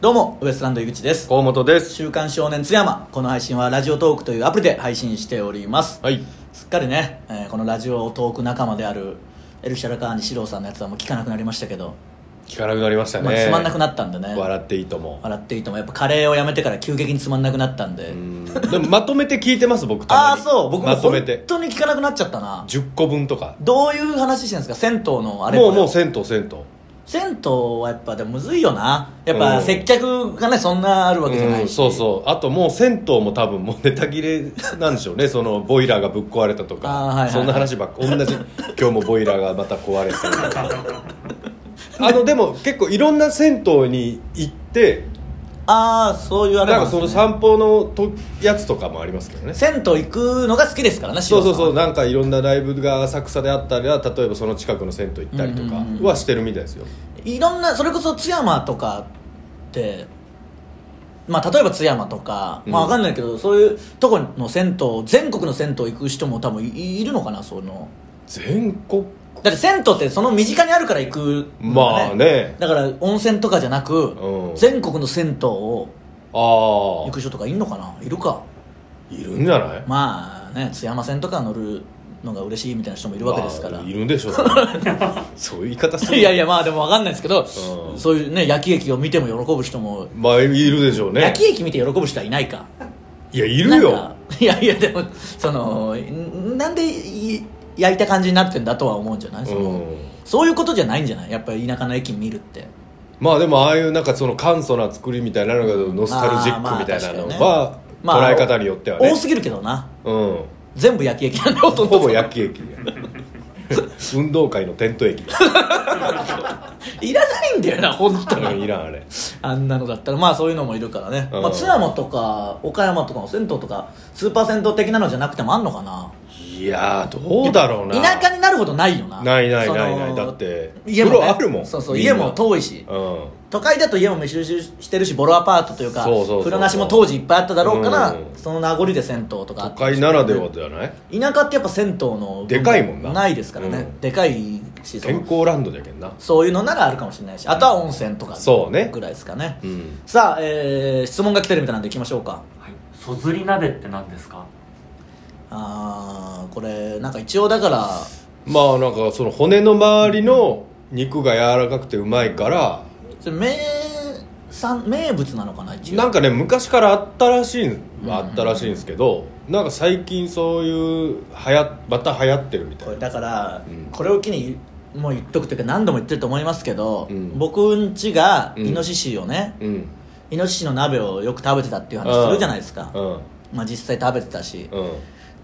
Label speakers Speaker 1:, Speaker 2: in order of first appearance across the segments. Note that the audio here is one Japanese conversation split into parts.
Speaker 1: どうもウエストランド井口です
Speaker 2: 河本です
Speaker 1: 週刊少年津山この配信はラジオトークというアプリで配信しております、
Speaker 2: はい
Speaker 1: すっかりね、えーこのラジオトーク仲間であるエルシャラカーニ四郎さんのやつはもう聞かなくなりましたけど、
Speaker 2: 聞かなくなりましたね、
Speaker 1: まあ、つまんなくなったんでね
Speaker 2: 笑っていいと思
Speaker 1: 笑っていいともやっぱカレーをやめてから急激につまんなくなったんで、
Speaker 2: ううんでもまとめて聞いてます僕たま
Speaker 1: ああ
Speaker 2: に
Speaker 1: そう僕も
Speaker 2: まとめ
Speaker 1: 本
Speaker 2: て
Speaker 1: 当に聞かなくなっちゃったな
Speaker 2: 10個分とか
Speaker 1: どういう話してるんですか銭湯のあれ
Speaker 2: も
Speaker 1: こ
Speaker 2: う
Speaker 1: れ
Speaker 2: もう銭湯銭
Speaker 1: 銭湯はやっぱでもむずいよなやっぱ
Speaker 2: うん
Speaker 1: 接客がねそんなあるわけじゃな
Speaker 2: 湯う
Speaker 1: い
Speaker 2: ん
Speaker 1: し、
Speaker 2: そうそうあともう銭湯も多分もうネタ切れなんでしょうねそのボイラーがぶっ壊れたとか、
Speaker 1: あーはいはい
Speaker 2: そんな話ばっか同 じ今日もボイラーがまた壊れてるとかあのでも結構いろんな銭湯に行って
Speaker 1: ああそういうあ
Speaker 2: なん
Speaker 1: れなん
Speaker 2: か
Speaker 1: です
Speaker 2: そ
Speaker 1: ね
Speaker 2: の散歩のとやつとかもありますけどね
Speaker 1: 銭湯行くのが好きですからね
Speaker 2: そうそうそう
Speaker 1: う
Speaker 2: なんかいろんなライブが浅草であったりは例えばその近くの銭湯行ったりとか
Speaker 1: うんうんうん
Speaker 2: はしてるみたいですよ、
Speaker 1: いろんなそれこそ津山とかってまあ例えば津山とか、まあ
Speaker 2: う
Speaker 1: わ
Speaker 2: ん
Speaker 1: かんないけどそういうとこの銭湯全国の銭湯行く人も多分いいるのかなその
Speaker 2: 全国
Speaker 1: だって銭湯ってその身近にあるから行くのが
Speaker 2: まあね
Speaker 1: だから温泉とかじゃなく、
Speaker 2: うん
Speaker 1: 全国の銭湯を
Speaker 2: あ
Speaker 1: 行
Speaker 2: あ
Speaker 1: く人とかいんのかないるか
Speaker 2: いるんじゃない
Speaker 1: まあね津山線とか乗るのが嬉しいみたいな人もいるわけですから、
Speaker 2: まあいるんで しょう、ね、そういう言い方す る
Speaker 1: いやいやまあでも分かんないですけど、
Speaker 2: うん
Speaker 1: そういうね焼き駅を見ても喜ぶ人も、
Speaker 2: まあいるでしょうね
Speaker 1: 焼き駅見て喜ぶ人はいないか
Speaker 2: いやい
Speaker 1: い
Speaker 2: るよ
Speaker 1: いやいやでもそのんなんでい焼いた感じになってんだとは思うんじゃないそ,、
Speaker 2: うん
Speaker 1: そういうことじゃないんじゃないやっぱり田舎の駅見るって
Speaker 2: まあでもああいうなんかその簡素な作りみたいなのがノスタルジックみたいなのは
Speaker 1: まあまあ
Speaker 2: 捉え
Speaker 1: 確か
Speaker 2: 方によってはね
Speaker 1: 多すぎるけどな
Speaker 2: うん
Speaker 1: 全部焼き駅なんでほとん
Speaker 2: ほぼ
Speaker 1: ど
Speaker 2: 焼き駅 運動会のテント駅
Speaker 1: いらないんだよな本当
Speaker 2: うん
Speaker 1: に
Speaker 2: いらんあれ
Speaker 1: あんなのだったらまあそういうのもいるからね、
Speaker 2: うん
Speaker 1: まあ、津山とか岡山とかの銭湯とかスーパー銭湯的なのじゃなくてもあんのかない
Speaker 2: やーどうだろうな
Speaker 1: 田舎になるほどないよな
Speaker 2: ないない
Speaker 1: その
Speaker 2: ないないだって
Speaker 1: 家も、ね、
Speaker 2: 風呂あるもん
Speaker 1: そうそう
Speaker 2: みんな
Speaker 1: 家も遠いし
Speaker 2: うん
Speaker 1: 都会だと家も密集してるしボロアパートというか
Speaker 2: そうそうそうそう
Speaker 1: 風呂なしも当時いっぱいあっただろうから、
Speaker 2: うん
Speaker 1: その名残で銭湯とかあった
Speaker 2: 都
Speaker 1: り
Speaker 2: 会
Speaker 1: して
Speaker 2: ならではじゃない
Speaker 1: 田舎ってやっぱ銭湯の
Speaker 2: でかいもんな
Speaker 1: ないですからね、
Speaker 2: うん
Speaker 1: でかいしその
Speaker 2: 健康ランドじゃけんな
Speaker 1: そういうのならあるかもしれないしあとは温泉とか
Speaker 2: そうね
Speaker 1: ぐらいですかね
Speaker 2: うん
Speaker 1: さあ、えー質問が来てるみたいなんでいきましょうか
Speaker 3: はい、そずり鍋って何ですか
Speaker 1: あーこれなんか一応だから
Speaker 2: まあなんかその骨の周りの肉が柔らかくてうまいから
Speaker 1: それ名産名物なのかな一応
Speaker 2: なんかね昔からあったらしいんはあったらしいんですけどなんか最近そういうはやまた流行ってるみた
Speaker 1: これ
Speaker 2: いな
Speaker 1: だから、
Speaker 2: うん
Speaker 1: これを機にもう言っとくというか何度も言ってると思いますけど、
Speaker 2: うん
Speaker 1: 僕んちが
Speaker 2: うん
Speaker 1: イノシシをね、
Speaker 2: うん
Speaker 1: イノシシの鍋をよく食べてたっていう話するじゃないですか、
Speaker 2: うん
Speaker 1: まあ、実際食べてたし、っ
Speaker 2: うん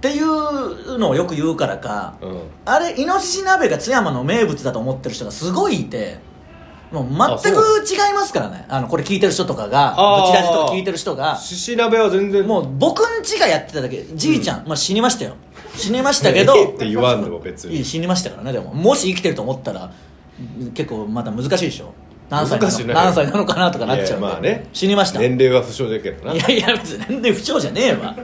Speaker 1: ていうのをよく言うからか、
Speaker 2: うん
Speaker 1: あれイノシシ鍋が津山の名物だと思ってる人がすごいいてもう全く
Speaker 2: あそ
Speaker 1: 違いますからねあのこれ聞いてる人とかが
Speaker 2: あー
Speaker 1: ブチラジとか聞いてる人が
Speaker 2: 獅子鍋は全然
Speaker 1: も
Speaker 2: う
Speaker 1: う僕んちがやってただけじいちゃん、まあ、死にましたよ死にましたけど
Speaker 2: って言わんでも別
Speaker 1: いい
Speaker 2: に
Speaker 1: 死にましたからねでももし生きてると思ったらうん結構まだ難しいでしょ何歳な
Speaker 2: 難しい
Speaker 1: の
Speaker 2: ね
Speaker 1: 何歳なのかなとかなっちゃうんで
Speaker 2: いやまあね
Speaker 1: 死にましたい
Speaker 2: 年齢は不詳だけどな
Speaker 1: やいや別に全然不調じゃねえわ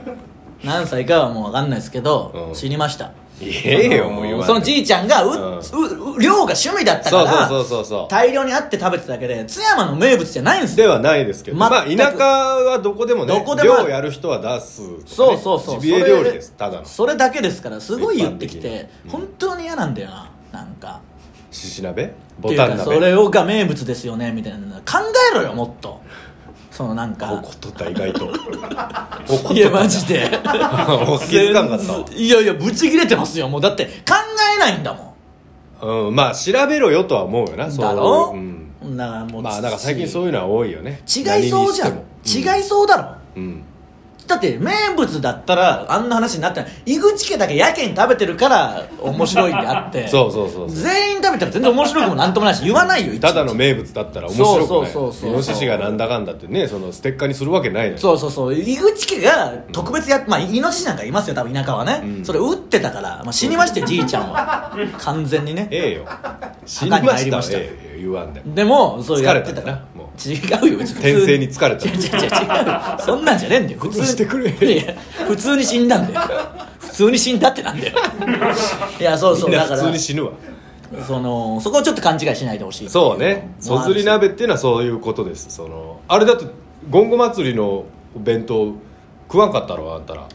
Speaker 1: 何歳かはもう分かんないですけど、
Speaker 2: うん
Speaker 1: 死にました
Speaker 2: ええよもう言わんでも
Speaker 1: そのじいちゃんがう、
Speaker 2: うん
Speaker 1: うう量が趣味だったから
Speaker 2: そうそうそうそうそう
Speaker 1: 大量にあって食べてただけで津山の名物じゃないんです
Speaker 2: で
Speaker 1: よ
Speaker 2: はないですけど、
Speaker 1: 全く
Speaker 2: まあ、田舎はどこでもね
Speaker 1: どこでもある
Speaker 2: 量やる人は出すとか
Speaker 1: そ
Speaker 2: ね、
Speaker 1: うそうそう
Speaker 2: ジビエ料理ですただの
Speaker 1: それだけですからすごい言ってき
Speaker 2: 一般
Speaker 1: て
Speaker 2: 的、にうん
Speaker 1: 本当に嫌なんだよななんか
Speaker 2: しし鍋
Speaker 1: っ
Speaker 2: ボ
Speaker 1: ていう
Speaker 2: タ
Speaker 1: か
Speaker 2: ン
Speaker 1: そ
Speaker 2: 鍋
Speaker 1: れをが名物ですよねみたいな考えろよもっとそのなんか
Speaker 2: 怒っとった意外と怒っとった
Speaker 1: いやマジで
Speaker 2: お気づかんかった
Speaker 1: 全然いやいやブチ切れてますよもうだって考えないんだもん
Speaker 2: わ、うん、まあ調べろよとは思うよなそう
Speaker 1: だろ、
Speaker 2: うん、
Speaker 1: だからもう
Speaker 2: まあなんか最近そういうのは多いよね
Speaker 1: 違いそうじゃん違い
Speaker 2: そ
Speaker 1: そうだろ
Speaker 2: うん、うん
Speaker 1: だって名物だったらあんな話になってない井口家だけやけに食べてるから面白いんであって
Speaker 2: そうそうそうそう
Speaker 1: 全員食べたら全然面白くもなんともないし言わないよいちいち
Speaker 2: ただの名物だったら面白くない
Speaker 1: そうそうそうそう
Speaker 2: イノシシがなんだかんだってねそのステッカーにするわけないのよ
Speaker 1: そうそうそう井口家が特別やっ、まあイノシシなんかいますよ多分田舎はね、
Speaker 2: うん
Speaker 1: それ撃ってたから、まあ、死にましてじいちゃんは完全にね
Speaker 2: え えよ死に
Speaker 1: 墓に
Speaker 2: ま
Speaker 1: 入
Speaker 2: し
Speaker 1: り
Speaker 2: た
Speaker 1: ま
Speaker 2: は
Speaker 1: した
Speaker 2: ええよ言わんで
Speaker 1: でもそうやってた
Speaker 2: 疲れ
Speaker 1: か
Speaker 2: たん
Speaker 1: ら
Speaker 2: だなも
Speaker 1: 違うよ別に普通
Speaker 2: 転生に 疲れた
Speaker 1: 違う違う違う違うそんなんじゃねえんだよ普
Speaker 2: 殺してくれ
Speaker 1: いやいや普通に死んだんだよ普通に死んだってなんだよいやそうそう
Speaker 2: みんな
Speaker 1: だか
Speaker 2: 普
Speaker 1: ら
Speaker 2: 通に死ぬわ
Speaker 1: そのそこをちょっと勘違いしないでほしい
Speaker 2: そうねそずり鍋っていうのはそういうことですそのあれだってゴンゴ祭りのお弁当食わんかったろあんたら
Speaker 1: あ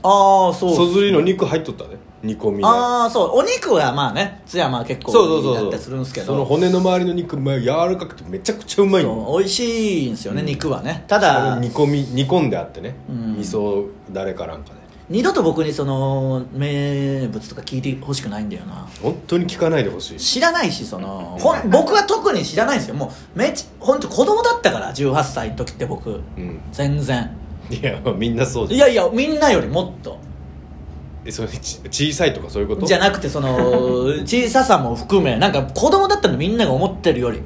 Speaker 1: あそう
Speaker 2: そずりの肉入っとったね煮込みで
Speaker 1: ああそうお肉はまあね津山は結構
Speaker 2: そうそう
Speaker 1: や
Speaker 2: そ
Speaker 1: った
Speaker 2: うそう
Speaker 1: りするんですけど
Speaker 2: その骨の周りの肉まあ柔らかくてめちゃくちゃうまいよ
Speaker 1: そう美味しいんですよね、肉はねた
Speaker 2: あ
Speaker 1: だ
Speaker 2: れ煮込み煮込んであってね、
Speaker 1: うん
Speaker 2: 味噌誰かなんかね
Speaker 1: 二度と僕にその名物とか聞いてほしくないんだよな
Speaker 2: 本当に聞かないでほしい
Speaker 1: 知らないしそのほん僕は特に知らないんですよもうめち本当子供だったから18歳の時って僕
Speaker 2: うん
Speaker 1: 全然
Speaker 2: いやみんなそうじゃん
Speaker 1: いやいやみんなよりもっと
Speaker 2: えそれち小さいとかそういうこと
Speaker 1: じゃなくてその 小ささも含めなんか子供だったのみんなが思ってるより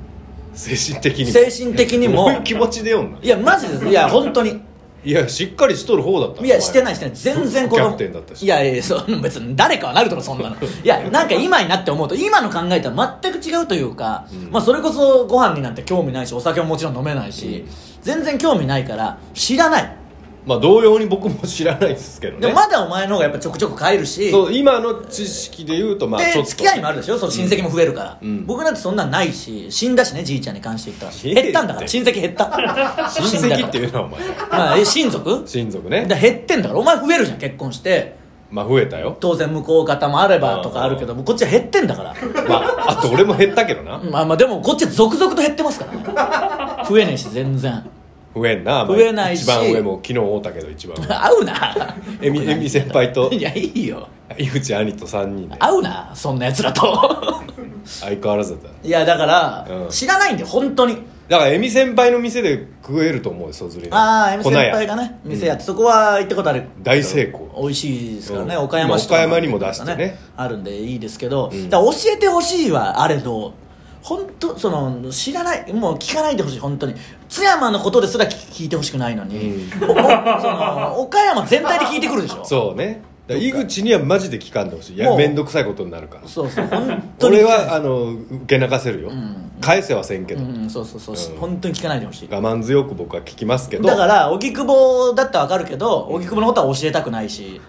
Speaker 2: 精神的にも
Speaker 1: 精神的にも
Speaker 2: どういう気持ちでよんない
Speaker 1: やマジですいや本当に
Speaker 2: いやしっかりしとる方だった
Speaker 1: いやしてない
Speaker 2: い
Speaker 1: してない全然子
Speaker 2: キャ
Speaker 1: 供
Speaker 2: プテンだったし
Speaker 1: いやいやいやそう別に誰かはなるとかそ んなのいやなんか今になって思うと今の考えとは全く違うというか、
Speaker 2: うん
Speaker 1: まあそれこそご飯になんて興味ないしお酒ももちろん飲めないし、
Speaker 2: うん
Speaker 1: 全然興味ないから知らない
Speaker 2: まあ同様に僕も知らないですけど
Speaker 1: で
Speaker 2: ね
Speaker 1: もまだお前の方がやっぱちょくちょく帰るし
Speaker 2: そう今の知識で言うとまあちょっ
Speaker 1: で
Speaker 2: と
Speaker 1: 付き合いもあるでしょその親戚も増えるから、
Speaker 2: うん
Speaker 1: 僕なんてそんなんないし死んだしねじいちゃんに関して言ったら
Speaker 2: 死んでるっ
Speaker 1: 減
Speaker 2: て
Speaker 1: ったんだから親戚減った
Speaker 2: 親
Speaker 1: 死んだから
Speaker 2: 戚っていうのはお前
Speaker 1: まあえ親族
Speaker 2: 親族
Speaker 1: だ
Speaker 2: ね
Speaker 1: から減ってんだからお前増えるじゃん結婚して
Speaker 2: まあ増えたよ
Speaker 1: 当然向こう方もあればとかあるけどもうこっちは減ってんだから
Speaker 2: まああと俺も減ったけどな
Speaker 1: まあまあでもこっちは続々と減ってますからね増えねえし全然
Speaker 2: 増えんな、
Speaker 1: 増えないし
Speaker 2: 一番上も昨日会うたけど一番上
Speaker 1: 合うな
Speaker 2: えみえみ先輩 と
Speaker 1: いやいいよ
Speaker 2: 井口兄と3人で
Speaker 1: 合うなそんなやつらと
Speaker 2: 相変わらずだった
Speaker 1: いやだから、
Speaker 2: うん
Speaker 1: 知らないんで本当に
Speaker 2: だからえみ先輩の店で食えると思うよそずりの
Speaker 1: ああ M
Speaker 2: 粉屋
Speaker 1: 先輩がね店やって、そこは行ったことある
Speaker 2: 大成功
Speaker 1: 美味しいですからね、
Speaker 2: うん
Speaker 1: 岡山市とか
Speaker 2: 今岡山にも出してね
Speaker 1: あるんでいいですけど、
Speaker 2: うん
Speaker 1: だから教えてほしいはあれど本当その知らないもう聞かないでほしい本当に津山のことですら聞聞いてほしくないのに、おおその岡山全体で聞いてくるでしょ
Speaker 2: そうねだから井口にはマジで聞かんでほしいいや
Speaker 1: もう
Speaker 2: 面倒くさいことになるから
Speaker 1: そうそう本当に
Speaker 2: 俺はあの受け流せるよ、
Speaker 1: ん
Speaker 2: 返せはせんけ
Speaker 1: う
Speaker 2: ど、
Speaker 1: んそうそうそう、
Speaker 2: うん
Speaker 1: 本当に聞かないでほしい
Speaker 2: 我慢強く僕は聞きますけど
Speaker 1: だから荻窪だったら分かるけど荻窪のことは教えたくないし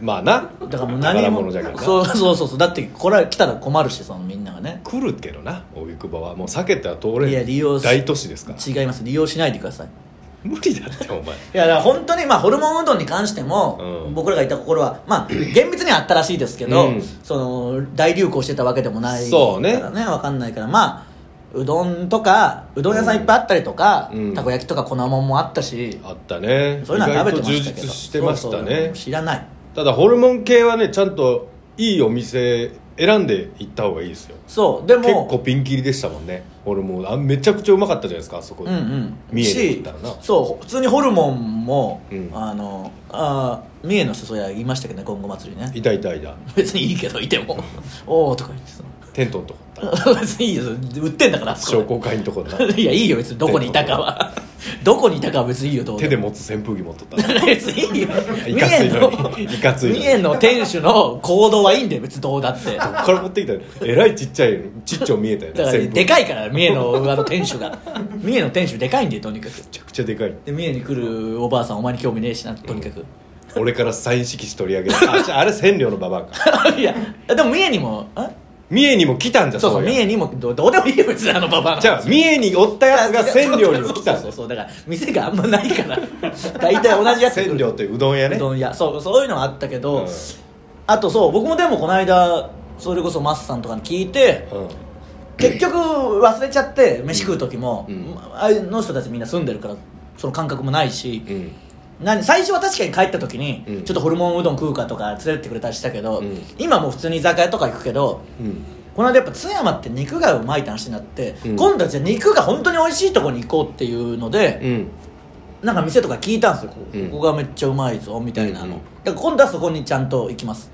Speaker 2: まあな
Speaker 1: だからもう何
Speaker 2: 宝
Speaker 1: も
Speaker 2: 物じゃからな
Speaker 1: そうそうそうそうだってこれ来たら困るしそのみんながね
Speaker 2: 来るけどな荻窪はもう避けては通れん
Speaker 1: いや利用し
Speaker 2: 大都市ですから
Speaker 1: 違います利用しないでください
Speaker 2: 無理だってお前
Speaker 1: いやだから本当にまあホルモンうどんに関しても、
Speaker 2: うん
Speaker 1: 僕らがいた頃は まあ厳密にはあったらしいですけど、
Speaker 2: うん
Speaker 1: その大流行してたわけでもない
Speaker 2: そうね
Speaker 1: からねわかんないからまあうどんとかうどん屋さんいっぱいあったりとか、
Speaker 2: うん
Speaker 1: たこ焼きとか粉もんもあったし、
Speaker 2: あったね
Speaker 1: そういうのは食べてましたけ
Speaker 2: 意外と
Speaker 1: ど
Speaker 2: 充実してましたね
Speaker 1: そうそう知らない
Speaker 2: ただホルモン系はねちゃんといいお店選んで行った方がいいですよ
Speaker 1: そうで
Speaker 2: 結
Speaker 1: も
Speaker 2: 構ピンキリでしたもんねホルモンあめちゃくちゃうまかったじゃないですかあそこ
Speaker 1: うんうん
Speaker 2: 三重で
Speaker 1: し
Speaker 2: 行ったらな
Speaker 1: そう普通にホルモンも、
Speaker 2: うん
Speaker 1: あのあー三重の人そうや言いましたけどね今後祭りね
Speaker 2: いたいたいた
Speaker 1: 別にいいけどいて もおおとか言ってその
Speaker 2: テントのとこだっ
Speaker 1: 別にいいよ売ってんだからあ
Speaker 2: た
Speaker 1: そこ
Speaker 2: 商
Speaker 1: で
Speaker 2: 工会のとこだ
Speaker 1: いやいいよ別にどこにいたかはどこにいたかは別にいいよどう
Speaker 2: 手で
Speaker 1: も
Speaker 2: 持つ扇風機持っとった
Speaker 1: 別にいいよ
Speaker 2: い
Speaker 1: 三
Speaker 2: かつ
Speaker 1: 重
Speaker 2: いのに
Speaker 1: の
Speaker 2: いかついのに
Speaker 1: 三重の店主の行動はいいんだよ別にどうだってだか
Speaker 2: これ持ってきたらえらいちっちゃいのちっちゃ見えたよね
Speaker 1: ら
Speaker 2: 扇風機
Speaker 1: でかいから三重のあの店主が三重の店主でかいんだよとにかく
Speaker 2: めちゃくちゃでかい
Speaker 1: で三重に来るおばあさんお前に興味ねえしなとにかく、
Speaker 2: 俺からサイン色紙取り上げてあじゃああれ千両のババアか
Speaker 1: いやでも三重にもあ
Speaker 2: 三重にも来たんじゃ
Speaker 1: そうそう三
Speaker 2: いや
Speaker 1: 重にもどどうでもいいよ別にあのババアの
Speaker 2: じゃあ三重におったやつが千両にも来たん
Speaker 1: そう
Speaker 2: だ
Speaker 1: そうそうだから店があんまないから大体同じやつ
Speaker 2: 千両といううどん屋ね
Speaker 1: うどん屋そうそういうのはあったけど、
Speaker 2: うん
Speaker 1: あとそう僕もでもこの間それこそマスさんとかに聞い て
Speaker 2: うん
Speaker 1: 結局忘れちゃって飯食う時も、
Speaker 2: うん
Speaker 1: あの人たちみんな住んでるからその感覚もないし、
Speaker 2: うん
Speaker 1: 何最初は確かに帰った時に、
Speaker 2: うん
Speaker 1: ちょっとホルモンうどん食うかとか連れてってくれたりしたけど、
Speaker 2: うん
Speaker 1: 今もう普通に居酒屋とか行くけど
Speaker 2: うん
Speaker 1: この間やっぱ津山って肉がうまいって話になって、
Speaker 2: うん
Speaker 1: 今度はじゃあ肉が本当に美味しいとこに行こうっていうので、
Speaker 2: うん
Speaker 1: なんか店とか聞いたんですよここ,、
Speaker 2: う
Speaker 1: が
Speaker 2: ん
Speaker 1: めっちゃうまいぞみたいなの、
Speaker 2: うんうん
Speaker 1: だから今度はそこにちゃんと行きます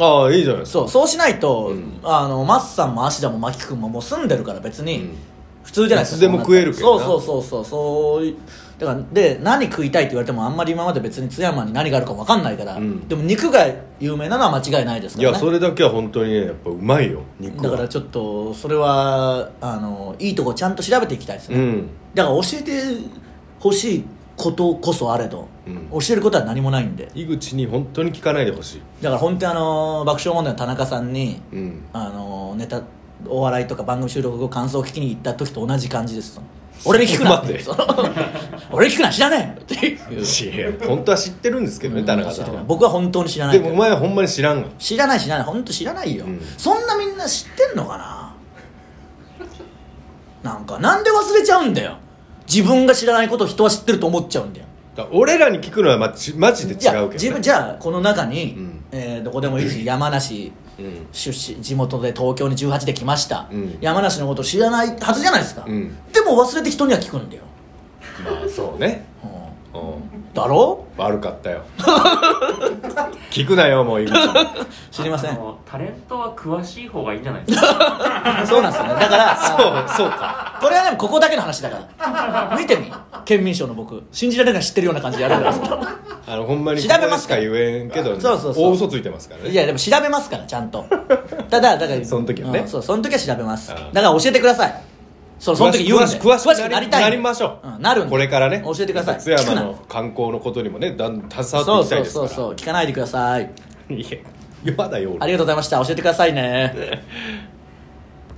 Speaker 2: ああいいじゃないですか
Speaker 1: そうそうしないと、
Speaker 2: うん
Speaker 1: あのマスさんも芦田も真木君ももう住んでるから別に、
Speaker 2: うん
Speaker 1: 普通じゃないですか
Speaker 2: いつでも食えるけどな
Speaker 1: そうそうそうそうそういだからで何食いたいって言われてもあんまり今まで別に津山に何があるかも分かんないから、
Speaker 2: うん
Speaker 1: でも肉が有名なのは間違いないです
Speaker 2: い
Speaker 1: から、ね、
Speaker 2: やそれだけは本当にねやっぱうまいよ肉
Speaker 1: だ
Speaker 2: は
Speaker 1: からちょっとそれはあのいいとこちゃんと調べていきたいですね、
Speaker 2: うん
Speaker 1: だから教えてほしいことこそあれど、
Speaker 2: うん
Speaker 1: 教えることは何もないんで
Speaker 2: 井口に本当に聞かないでほしい
Speaker 1: だから本当にあの爆笑問題の田中さんに、
Speaker 2: うん
Speaker 1: あのネタお笑いとか番組収録後感想を聞きに行った時と同じ感じです俺に聞くなって
Speaker 2: そ
Speaker 1: その俺に聞くな知らねえっていう
Speaker 2: いや本当は知ってるんですけどね田中さんは
Speaker 1: 僕は本当に知らない
Speaker 2: で
Speaker 1: けど
Speaker 2: もお前はほんまに知らんの
Speaker 1: 知らない知らない本当知らないよ、
Speaker 2: うん
Speaker 1: そんなみんな知ってんのかななんかなんで忘れちゃうんだよ自分が知らないことを人は知ってると思っちゃうんだよ
Speaker 2: だから俺らに聞くのはまちマジで違う
Speaker 1: じゃあ
Speaker 2: けど、ね、
Speaker 1: 自分じゃあこの中に、
Speaker 2: うん
Speaker 1: えーどこでもい いし山梨
Speaker 2: うん
Speaker 1: 出身地元で東京に18で来ました、
Speaker 2: うん
Speaker 1: 山梨のこと知らないはずじゃないですか、
Speaker 2: うん
Speaker 1: でも忘れて人には聞くんだよ、
Speaker 2: まあそうね、
Speaker 1: うん
Speaker 2: うん、
Speaker 1: だろ
Speaker 2: 悪か ったよ聞くなよもう井口
Speaker 1: 知りません
Speaker 3: あのタレントは詳しい方がいいんじゃないですか
Speaker 1: そうなんですよねだから
Speaker 2: そうそうか
Speaker 1: これはでもここだけの話だから見てみ県民賞の僕信じられない知ってるような感じでやるじゃないですか
Speaker 2: あのほんまに
Speaker 1: 調べます
Speaker 2: ここでしか言えんけど、
Speaker 1: そうそうそう
Speaker 2: 大嘘ついてますからね
Speaker 1: いやでも調べますからちゃ んとただだから
Speaker 2: その時はね
Speaker 1: うんそうその時は調べますだ
Speaker 2: うん
Speaker 1: から教えてくださいそうその時言うん
Speaker 2: 詳
Speaker 1: で
Speaker 2: しく詳しく
Speaker 1: 詳しくな
Speaker 2: な
Speaker 1: り
Speaker 2: り
Speaker 1: たい
Speaker 2: なりましょう、
Speaker 1: んなるんで
Speaker 2: これからね
Speaker 1: 教えてください
Speaker 2: 津山の観光のことにもねだん携わ
Speaker 1: そ
Speaker 2: っ
Speaker 1: う
Speaker 2: てい
Speaker 1: そ
Speaker 2: きたいうです
Speaker 1: そ
Speaker 2: か
Speaker 1: う
Speaker 2: ら
Speaker 1: そう聞かないでください
Speaker 2: いややだよ
Speaker 1: あり
Speaker 2: 俺
Speaker 1: がとうございました教えてくださいね